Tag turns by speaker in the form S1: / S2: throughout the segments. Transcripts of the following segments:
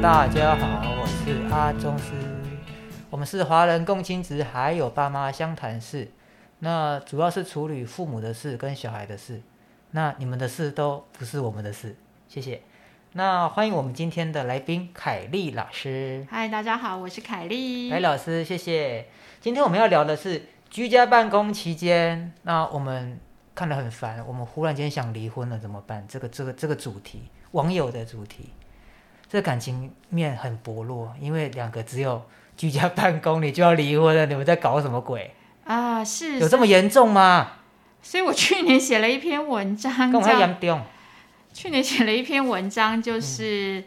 S1: 大家好，我是阿宗师，我们是华人共亲职还有爸妈相谈室，那主要是处理父母的事跟小孩的事，那你们的事都不是我们的事，谢谢。那欢迎我们今天的来宾凯丽老师，
S2: 嗨，大家好，我是凯莉
S1: 凯。老师，谢谢。今天我们要聊的是居家办公期间，那我们看得很烦，我们忽然间想离婚了怎么办？这个这个这个主题，网友的主题，这感情面很薄弱，因为两个只有居家办公，你就要离婚了，你们在搞什么鬼？
S2: 啊，是
S1: 有这么严重吗？
S2: 所以我去年写了一篇文章，
S1: 跟我还
S2: 叫
S1: 严重，
S2: 去年写了一篇文章，就是、
S1: 嗯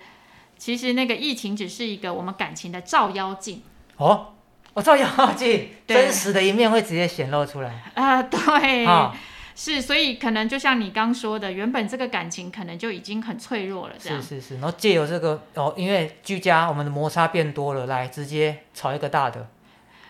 S2: 其实那个疫情只是一个我们感情的照妖镜
S1: 哦，我照妖镜，
S2: 对
S1: 真实的一面会直接显露出来
S2: 啊、对。
S1: 啊、
S2: 是，所以可能就像你刚说的，原本这个感情可能就已经很脆弱了，这
S1: 是
S2: 样
S1: 是是，然后借由这个哦，因为居家我们的摩擦变多了，来直接吵一个大的，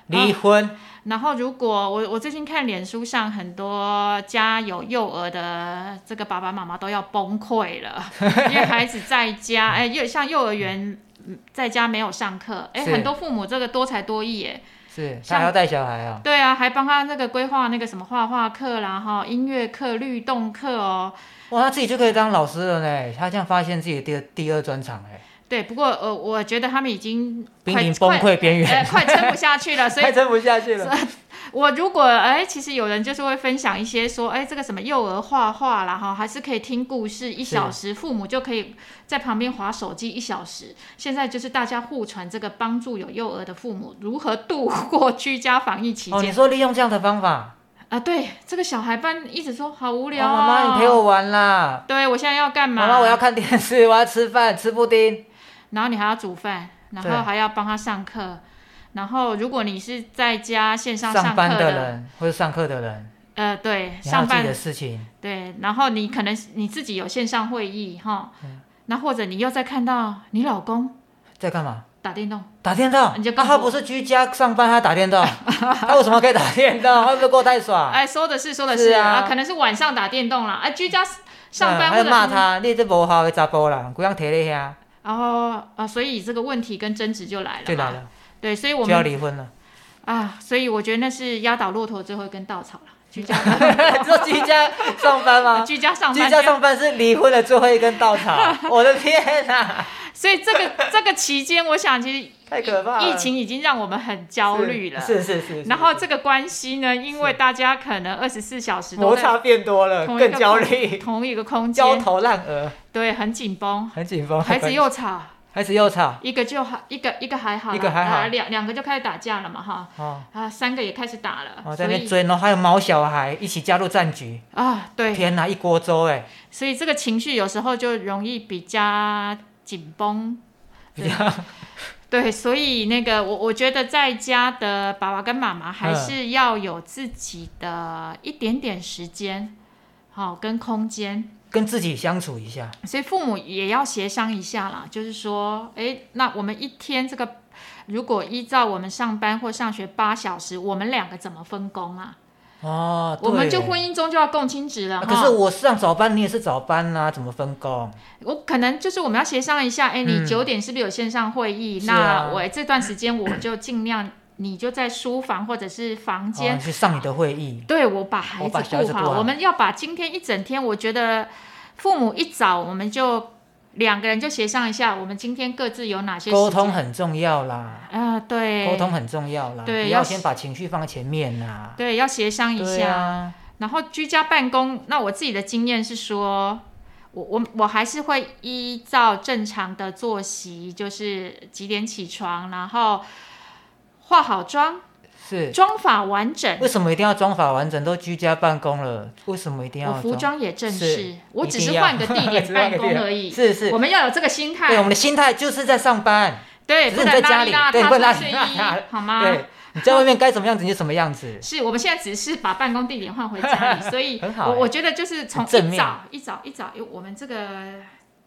S1: 离
S2: 哦
S1: 婚、
S2: 然后，如果我我最近看脸书上很多家有幼儿的这个爸爸妈妈都要崩 溃了，因为孩子在家，哎，幼像幼儿园嗯在家没有上课，哎，
S1: 是
S2: 很多父母这个多才多艺耶，
S1: 是，他
S2: 像
S1: 还要带小孩啊，
S2: 对啊，还帮他那个规划那个什么画画课啦，哈，音乐课、律动课哦，
S1: 哇，他自己就可以当老师了呢，他这样发现自己的第二第二专长哎，
S2: 对，不过呃，我觉得他们已经
S1: 濒
S2: 快
S1: 临崩溃边
S2: 快，呃，
S1: 缘，
S2: 快撑不下去了，所 以
S1: 快撑不下去了，
S2: 我如果哎，其实有人就是会分享一些说，哎，这个什么幼儿画画啦哈，还是可以听故事一小时，父母就可以在旁边划手机一小时。现在就是大家互传这个帮助有幼儿的父母如何度过居家防疫期
S1: 哦，
S2: 间
S1: 你
S2: 啊、
S1: 说利用这样的方法，
S2: 对，这个小孩班一直说好 无
S1: 哦
S2: 聊、
S1: 妈
S2: 啊
S1: 妈、你陪我。玩啦，
S2: 对，我现在要干嘛？
S1: 妈妈我要。看电视，我要吃饭，吃布丁，
S2: 然后你还要煮饭，然
S1: 对
S2: 后还要帮他上课。然后，如果你是在家线上
S1: 上班
S2: 课
S1: 的人或者上课的人，
S2: 呃，对，
S1: 你还有
S2: 上
S1: 自己
S2: 班
S1: 的事情，
S2: 对，然后你可能是你自己有线上会议哈，
S1: 嗯
S2: 那或者你又在看到你老公
S1: 在干嘛？
S2: 打电动，
S1: 打电动，
S2: 你就
S1: 那、
S2: 更
S1: 他
S2: 火
S1: 不是居家上班，他打电 动，他为什么可以打电动？会不会过太爽？
S2: 哎，说的是说的
S1: 啊是
S2: 是
S1: 啊
S2: 可能是晚上打电动啦，哎，居家
S1: 嗯
S2: 上班
S1: 还
S2: 或者
S1: 骂
S2: 然
S1: 他，你这无效的查甫人，规样提你遐，
S2: 后啊、所以这个问题跟争执就来了，
S1: 就来，了，
S2: 对，所以哎我
S1: 就要
S2: 们
S1: 离婚了。
S2: 啊，所以我觉得那是压倒骆驼最后一根稻草了，居家
S1: 这居家上班吗？
S2: 居家上班，
S1: 啊居家上班是离婚的最后一根稻 草。我的天哪、
S2: 所以这 个这个期间，我想其实
S1: 太可怕了！
S2: 疫情已经让我们很焦虑了，
S1: 啊是是是是是
S2: 然后这个关系呢，因为大家可能二十四小时都
S1: 摩
S2: 在
S1: 擦变多了，
S2: 同一个
S1: 更焦
S2: 空
S1: 虑，
S2: 同一个空
S1: 焦
S2: 间，
S1: 头烂额，
S2: 对，很紧绷，
S1: 哦很紧绷。
S2: 孩子又吵，
S1: 孩子又吵
S2: 一个就好，一个一个还好啦，
S1: 一个还好
S2: 啊两两个就开始打架了嘛，哈，
S1: 哦，
S2: 啊，三个也开始打了，
S1: 我哦在
S2: 所
S1: 那边
S2: 以
S1: 追，然后还有毛小孩一起加入战局。
S2: 啊，对，
S1: 天哪、一锅粥哎、
S2: 所以这个情绪有时候就容易比较紧绷，
S1: 比较
S2: 对，所以那个我我觉得在家的爸爸跟妈妈还
S1: 嗯
S2: 是要有自己的一点点时间，好、跟空间，
S1: 跟自己相处一下。
S2: 所以父母也要协商一下啦，就是说，诶，那我们一天这个，如果依照我们上班或上学八小时，我们两个怎么分工啊？
S1: 哦，
S2: 我们
S1: 对
S2: 就婚姻中就要共亲职了、
S1: 啊
S2: 哈。
S1: 可是我上早班，你也是早班呐、怎么分工？
S2: 我可能就是我们要协商一下，诶，
S1: 嗯
S2: 你九点是不是有线上会议？
S1: 是啊
S2: 那我这段时间我就尽量，你就在书房或者是房
S1: 哦
S2: 间
S1: 你去上你的会议，
S2: 对我把孩
S1: 我
S2: 子
S1: 把
S2: 顾
S1: 小
S2: 好，
S1: 孩子顾好
S2: 我们要把今天一整天，我觉得父母一早我们就两个人就协商一下，我们今天各自有哪些时间
S1: 沟通很重要啦，
S2: 啊、对，
S1: 沟通很重要啦，
S2: 对
S1: 你
S2: 要
S1: 要先把情绪放在前面啦。
S2: 对要协商一
S1: 对
S2: 下。
S1: 啊，
S2: 然后居家办公，那我自己的经验是说，我我我还是会依照正常的作息，就是几点起床，然后化好妆，
S1: 是
S2: 妆法完整，
S1: 为什么一定要妆法完整？都居家办公了，为什么一定
S2: 我
S1: 要
S2: 服装也正
S1: 是
S2: 式，我
S1: 一
S2: 只
S1: 定
S2: 是
S1: 要
S2: 换个地 点
S1: 只是换
S2: 办
S1: 个地
S2: 公
S1: 点
S2: 而已。
S1: 是是
S2: 我们要有这个心态。
S1: 对，我们的心态就是在上班，
S2: 对，
S1: 只
S2: 不
S1: 是你在
S2: 能
S1: 家
S2: 邋
S1: 里
S2: 里邋
S1: 对不能邋
S2: 遢穿睡
S1: 里邋遢
S2: 衣，好吗？。
S1: 对，你在外面该什么样子你就什么样子
S2: 是我们现在只是把办公地点换回家里，所以
S1: 很好
S2: 我
S1: 欸
S2: 我觉得就是从
S1: 正
S2: 一
S1: 面
S2: 早一早一早，有我们这个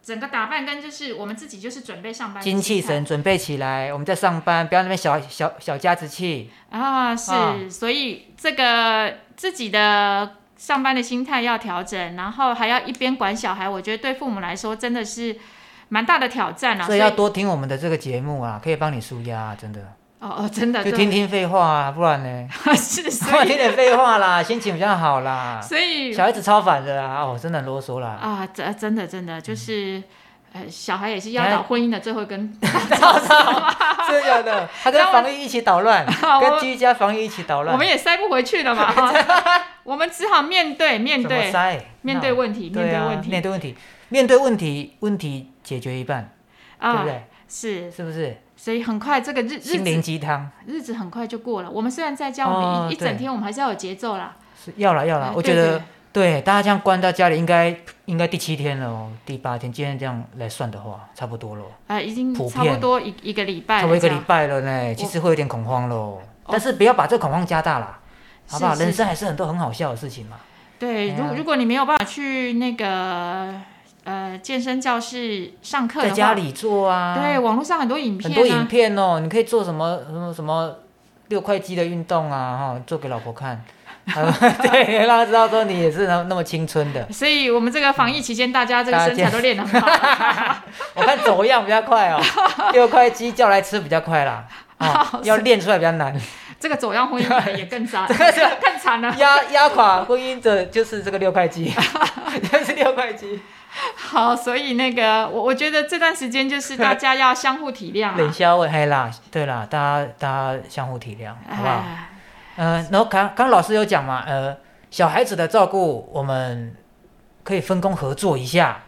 S2: 整个打扮跟就是我们自己就是准备上班的
S1: 精气
S2: 心态
S1: 神准备起来，我们在上班，不要那边小小小家子气。
S2: 啊，是，
S1: 啊
S2: 所以这个自己的上班的心态要调整，然后还要一边管小孩，我觉得对父母来说真的是蛮大的挑战啊。
S1: 所以要多听我们的这个节目啊，可以帮你舒压、啊，真的。
S2: 哦哦，真的
S1: 就
S2: 对
S1: 听听废话啊，不然呢？
S2: 是，
S1: 多
S2: 所
S1: 听
S2: 以
S1: 点废话啦，心情比较好啦。
S2: 所以
S1: 小孩子超烦的啊，哦，真的很啰嗦 啦。
S2: 啊，真真的真的就是，
S1: 嗯
S2: 呃，小孩也是压倒婚姻的最后一根
S1: 早上真的假 的？他跟
S2: 那我
S1: 防疫一起捣乱，
S2: 好
S1: 跟
S2: 我
S1: 居家防疫一起捣乱。
S2: 我们也塞不回去 了嘛，哈我们只好面对面
S1: 怎么
S2: 对
S1: 塞？
S2: 面对问题，
S1: 那对
S2: 面对
S1: 啊
S2: 问，题
S1: 面对问题，面对问题，问题解决一半，对不
S2: 啊，
S1: 对？
S2: 是，
S1: 是不是？
S2: 所以很快这个日日
S1: 心灵
S2: 子
S1: 鸡汤
S2: 日子很快就过了。我们虽然在家，我们
S1: 哦
S2: 一一
S1: 对
S2: 整天，我们还是要有节奏啦。
S1: 是要了要了
S2: 哎，
S1: 我
S2: 对
S1: 觉得
S2: 对
S1: 对大家这样关到家里，应该应该第七天了哦，第八天，今天这样来算的话，差不多了哦。
S2: 啊，已经
S1: 普
S2: 差不
S1: 遍
S2: 多一一个礼拜
S1: 差不多
S2: 了
S1: 一
S2: 这
S1: 个礼
S2: 样，
S1: 拜了呢，其实会有点恐慌喽。
S2: 哦
S1: 但是不要把这恐慌加大啦，好不好？
S2: 是是
S1: 人生还是很多很好笑的事情嘛。
S2: 对，
S1: 哎呀
S2: 如如果你没有办法去那个呃健身教室上课的
S1: 在
S2: 话，
S1: 家里做啊，
S2: 对，网络上很多影片、
S1: 很
S2: 啊，
S1: 多影片哦，你可以做什么什么什么六块肌的运动啊，哈、做给老婆看， 还有对，让她知道说你也是那那么青春的。
S2: 所以我们这个防疫期间，大家这个
S1: 大家
S2: 身材都练得很 好。
S1: 我看走样比较快 哦，六块肌叫来吃比较快啦，啊、要练出来比较难，
S2: 这个走样婚姻也 更惨，更惨了。
S1: 压压垮婚姻的就是这个六块 肌，就是六块肌，
S2: 好，所以那个我我觉得这段时间就是大家要相互体谅
S1: 冷
S2: 啊。
S1: 笑话，嘿啦，对啦，大家大家相互体谅，好不好？
S2: 哎，
S1: 呃，然后刚刚老师有讲嘛，呃，小孩子的照顾我们可以分工合作一下，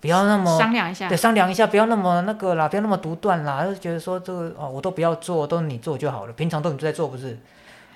S1: 不要那么
S2: 商量一下
S1: 对，商量一下，不要那么那个啦，不要那么独断啦，就觉得说这个哦，我都不要做，都你做就好了，平常都你在做不是？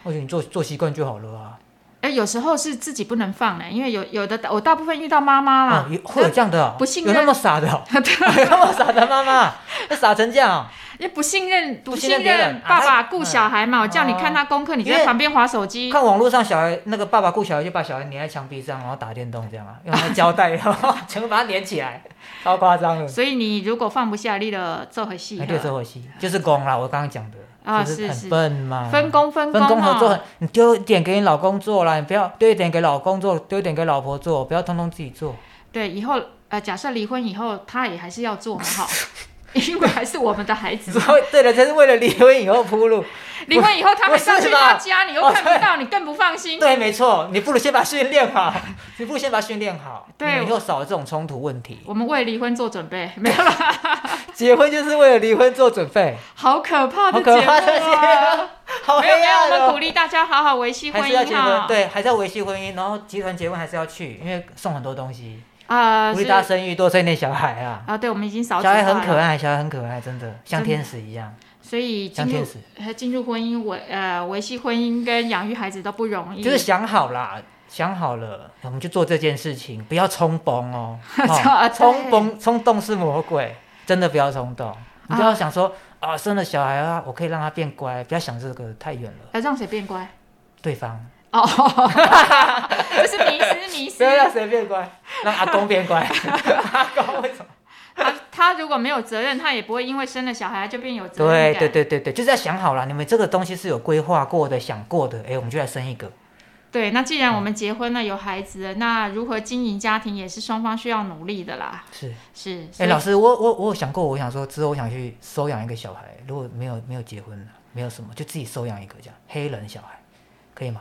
S1: 我觉得你做做习惯就好了啊。
S2: 哎，有时候是自己不能放呢，因为有有的我大部分遇到妈
S1: 啊
S2: 妈啦，，
S1: 有会有这样的哦、
S2: 不信
S1: 有
S2: 任
S1: 那么傻的、 哦，有那么傻的妈妈，那傻成这样哦、
S2: 也不信任
S1: 不
S2: 不
S1: 信
S2: 信
S1: 任别人
S2: 任
S1: 啊
S2: 爸爸
S1: 他
S2: 顾小孩嘛，我叫你
S1: 哦
S2: 看他功课，你
S1: 因为
S2: 在旁边划手机。
S1: 看网络上小孩那个爸爸顾小孩就把小孩粘在墙壁上，然后打电动这样啊， 用那个胶带，然后全部把它粘起来，超夸张的。
S2: 所以你如果放不下，你的做回戏
S1: 哦哎，对，社会系就是公啦，我刚刚讲的，
S2: 啊
S1: 就是很
S2: 是
S1: 笨嘛，
S2: 分工分
S1: 啊分工合作
S2: 哦，
S1: 很，你丢一点给你老公做啦，你不要丢一点给老公做，丢一点给老婆做，不要通通自己做。
S2: 对，以后呃，假设离婚以后，他也还是要做嘛，哈， 因为还是我们的孩 子 嘛。
S1: 所以对了，这是为了离婚以后铺路。
S2: 离婚以后，他
S1: 不
S2: 还
S1: 是
S2: 上去
S1: 吧
S2: 他家，你又看不到，你更不放心。
S1: 对，没错，你不如先把训练 好，你不如先把训练好，
S2: 对
S1: 你以后少了这种冲突问题。
S2: 我们为离婚做准备， 没有啦，
S1: 结婚就是为了离婚做准备，
S2: 好可怕
S1: 好
S2: 的节
S1: 可
S2: 目
S1: 怕的结
S2: 啊！
S1: 婚，好
S2: 没
S1: 黑
S2: 有没有，我
S1: 暗
S2: 们鼓
S1: 哦。
S2: 励大家好好维系婚
S1: 还是要
S2: 姻啊
S1: 结
S2: 哈
S1: 婚，。对，还是要维系婚姻，然后集团结婚还是要去，因为送很多东西，
S2: 啊，
S1: 鼓励
S2: 是
S1: 大家生育，多生一点小孩啊。
S2: 啊，对，我们已经少
S1: 小孩很可
S2: 爱，
S1: 爱，小孩很可爱，真的像天使一样，
S2: 所以进
S1: 像
S2: 入
S1: 天使，
S2: 呃进入婚姻维呃维系婚姻跟养育孩子都不容易，
S1: 就是想好啦，想好了，我们就做这件事情，不要冲崩哦，
S2: 啊
S1: 哦
S2: 对
S1: 冲崩冲动是魔鬼，真的不要冲动，你不要想说啊，生了小孩啊，我可以让他变乖，不要想这个太远了，
S2: 呃让谁变乖
S1: 对方
S2: 哦，这是迷失迷
S1: 不
S2: 失
S1: 要。让谁变乖，让阿公变 乖，阿公为什么？
S2: 他他如果没有责任，他也不会因为生了小孩就变有责任
S1: 对
S2: 感。
S1: 对对对对，就是要想好了，你们这个东西是有规划过的、想过的，哎，我们就来生一个。
S2: 对，那既然我们结婚了，有孩子了，那如何经营家庭也是双方需要努力的啦。
S1: 是，
S2: 是，
S1: 哎、
S2: 所以
S1: 老师，我我我有想过，我想说之后我想去收养一个小孩，如果没有没有结婚啊没有什么，就自己收养一个这样黑人小孩，可以吗？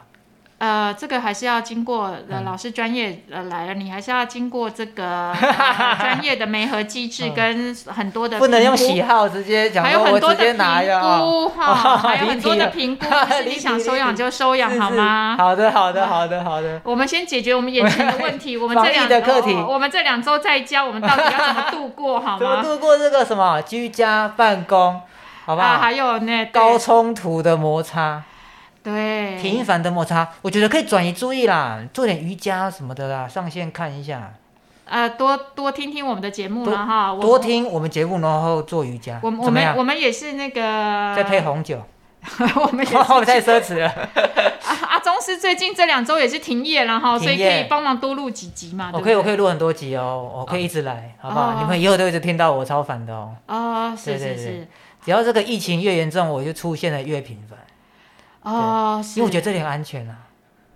S2: 呃，这个还是要经过呃
S1: 嗯
S2: 老师专业呃来了，你还是要经过 这个、呃专业的媒合机制
S1: 嗯
S2: 跟很多的
S1: 不能用
S2: 评估
S1: 喜好直接讲
S2: 还有
S1: 说，我
S2: 很多
S1: 直
S2: 的
S1: 接
S2: 评
S1: 拿呀、哦。
S2: 估 哈，还有很多的
S1: 离
S2: 评估，
S1: 了
S2: 不是
S1: 离
S2: 你
S1: 题
S2: 想
S1: 离
S2: 收养
S1: 题
S2: 就收养
S1: 是
S2: 好
S1: 是
S2: 吗？
S1: 好的，好的，好的，好的。
S2: 我们先解决我们眼前的问题，我们
S1: 防
S2: 这
S1: 疫
S2: 两
S1: 的课题
S2: 哦我们这两周在家，我们到底要怎么度过好
S1: 怎么
S2: 吗？
S1: 度过这个什么居家办公，好不好？
S2: 啊，还有那对
S1: 高冲突的摩擦，
S2: 对
S1: 频繁的摩擦，我觉得可以转移注意啦，做点瑜伽什么的啦，上线看一下，
S2: 呃，多多听听我们的节目
S1: 多
S2: 了哈，我
S1: 多。听我们节目，然后做瑜伽，
S2: 我们我
S1: 怎么样
S2: 们？我呃们也是那个
S1: 再配，红酒，
S2: 我们 也是
S1: 我太奢侈了。
S2: 啊阿宗师最近这两周也是停业了哈，所以
S1: 停
S2: 可
S1: 业
S2: 以帮忙多录几集嘛。
S1: 我
S2: 啊对不
S1: 可以，
S2: 对啊
S1: 我可以录很多集哦，我可以一直来，好不好？
S2: 哦
S1: 你们以后都一直听到我超烦的哦。
S2: 哦，
S1: 对
S2: 是
S1: 对
S2: 是
S1: 对
S2: 是，
S1: 只要这个疫情越严重，我就出现的越频繁，
S2: 哦，
S1: 因为我觉得
S2: 得
S1: 这里很安全啊。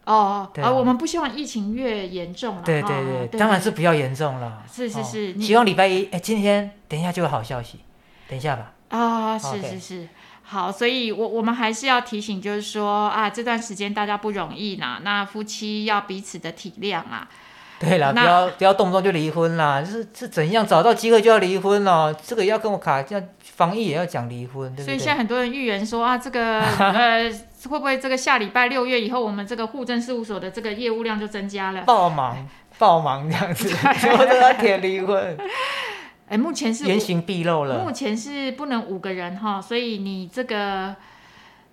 S2: 哦，
S1: 对
S2: 啊，
S1: 啊
S2: 我们不希望疫情越严重了。
S1: 对
S2: 哈
S1: 对对，
S2: 啊对，
S1: 当然是比较严重了。
S2: 是是
S1: 哦
S2: 是你
S1: 希望礼拜一，哎，今天等一下就有好消息，等一下吧。
S2: 啊，是
S1: OK
S2: 是是，好，所以我我们还是要提醒，就是说啊，这段时间大家不容易啦，那夫妻要彼此的体谅啦。
S1: 对啦，不
S2: 那
S1: 要不要动不动就离婚啦，就是是怎样找到机会就要离婚哦，这个也要跟我卡，这样防疫也要讲离婚，对不
S2: 所以
S1: 对？
S2: 现在很多人预言说啊，这 个呃，会不会这个下礼拜六月以后，我们这个户政事务所的这个业务量就增加了？
S1: 爆忙爆忙这 样子，全部都要填离婚，
S2: 哎，目前 是
S1: 原
S2: 五
S1: 形毕露了
S2: 目。前是不能五个人哈，所以你这个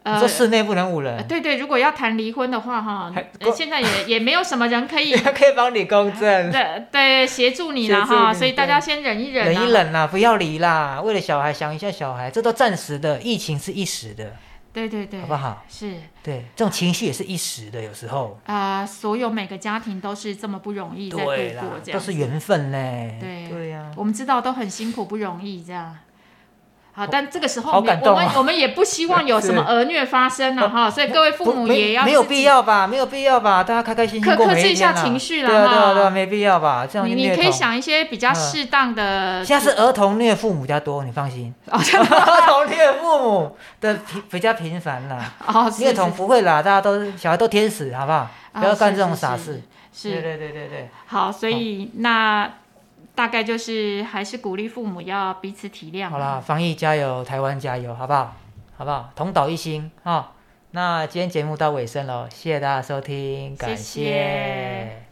S1: 你
S2: 呃
S1: 说。室内不能五
S2: 呃
S1: 人，
S2: 对对，如果要谈离婚的话，哈
S1: 还，
S2: 呃现在也也没有什么人 可以
S1: 可以帮你公证，
S2: 对对协助你了
S1: 协助
S2: 哈，
S1: 你
S2: 所以大
S1: 对
S2: 家先忍一忍、啊，
S1: 忍一忍啦，不要离啦，为了小孩想一下小孩，这都暂时的，疫情是一时的，
S2: 对对对，
S1: 好不好？
S2: 是
S1: 对，这种情绪也是一时的，有时候。
S2: 啊、所有每个家庭都是这么不容易在度
S1: 对啦
S2: 过，这
S1: 都
S2: 样，
S1: 是缘分呢。
S2: 对
S1: 对呀、
S2: 我们知道都很辛苦，不容易这样。好，但这个时候
S1: 好
S2: 我们
S1: 感动
S2: 我们
S1: 啊
S2: 我们也不希望有什 么
S1: 是
S2: 儿虐发生了、哈，所以各位父母
S1: 不没
S2: 也要
S1: 没有
S2: 自己
S1: 必。要吧，没有必要吧，大家开开心
S2: 克
S1: 心过
S2: 克
S1: 每
S2: 制一
S1: 一
S2: 下
S1: 天啦。
S2: 情绪啦
S1: 对啊，对
S2: 哈
S1: 啊，对啊，没必要吧，这样
S2: 你
S1: 就
S2: 你
S1: 虐
S2: 可以
S1: 童。
S2: 想一些比较
S1: 嗯
S2: 适当的，
S1: 现在是儿童虐父母比较多，你放心，
S2: 哦这样
S1: 儿童虐父母的频比较频繁啦，
S2: 哦，是哦
S1: 虐童不会啦，大家都小孩都天使，好不好？不要干这种傻事。。嗯
S2: 是是是
S1: 对
S2: 是
S1: 对对对对，
S2: 好，所以那大概就是还是鼓励父母要彼此体谅。
S1: 好啦，，啊防疫加油，台湾加油，好不好？好不好？同岛一心啊、那今天节目到尾声了，谢谢大家收听，感
S2: 谢谢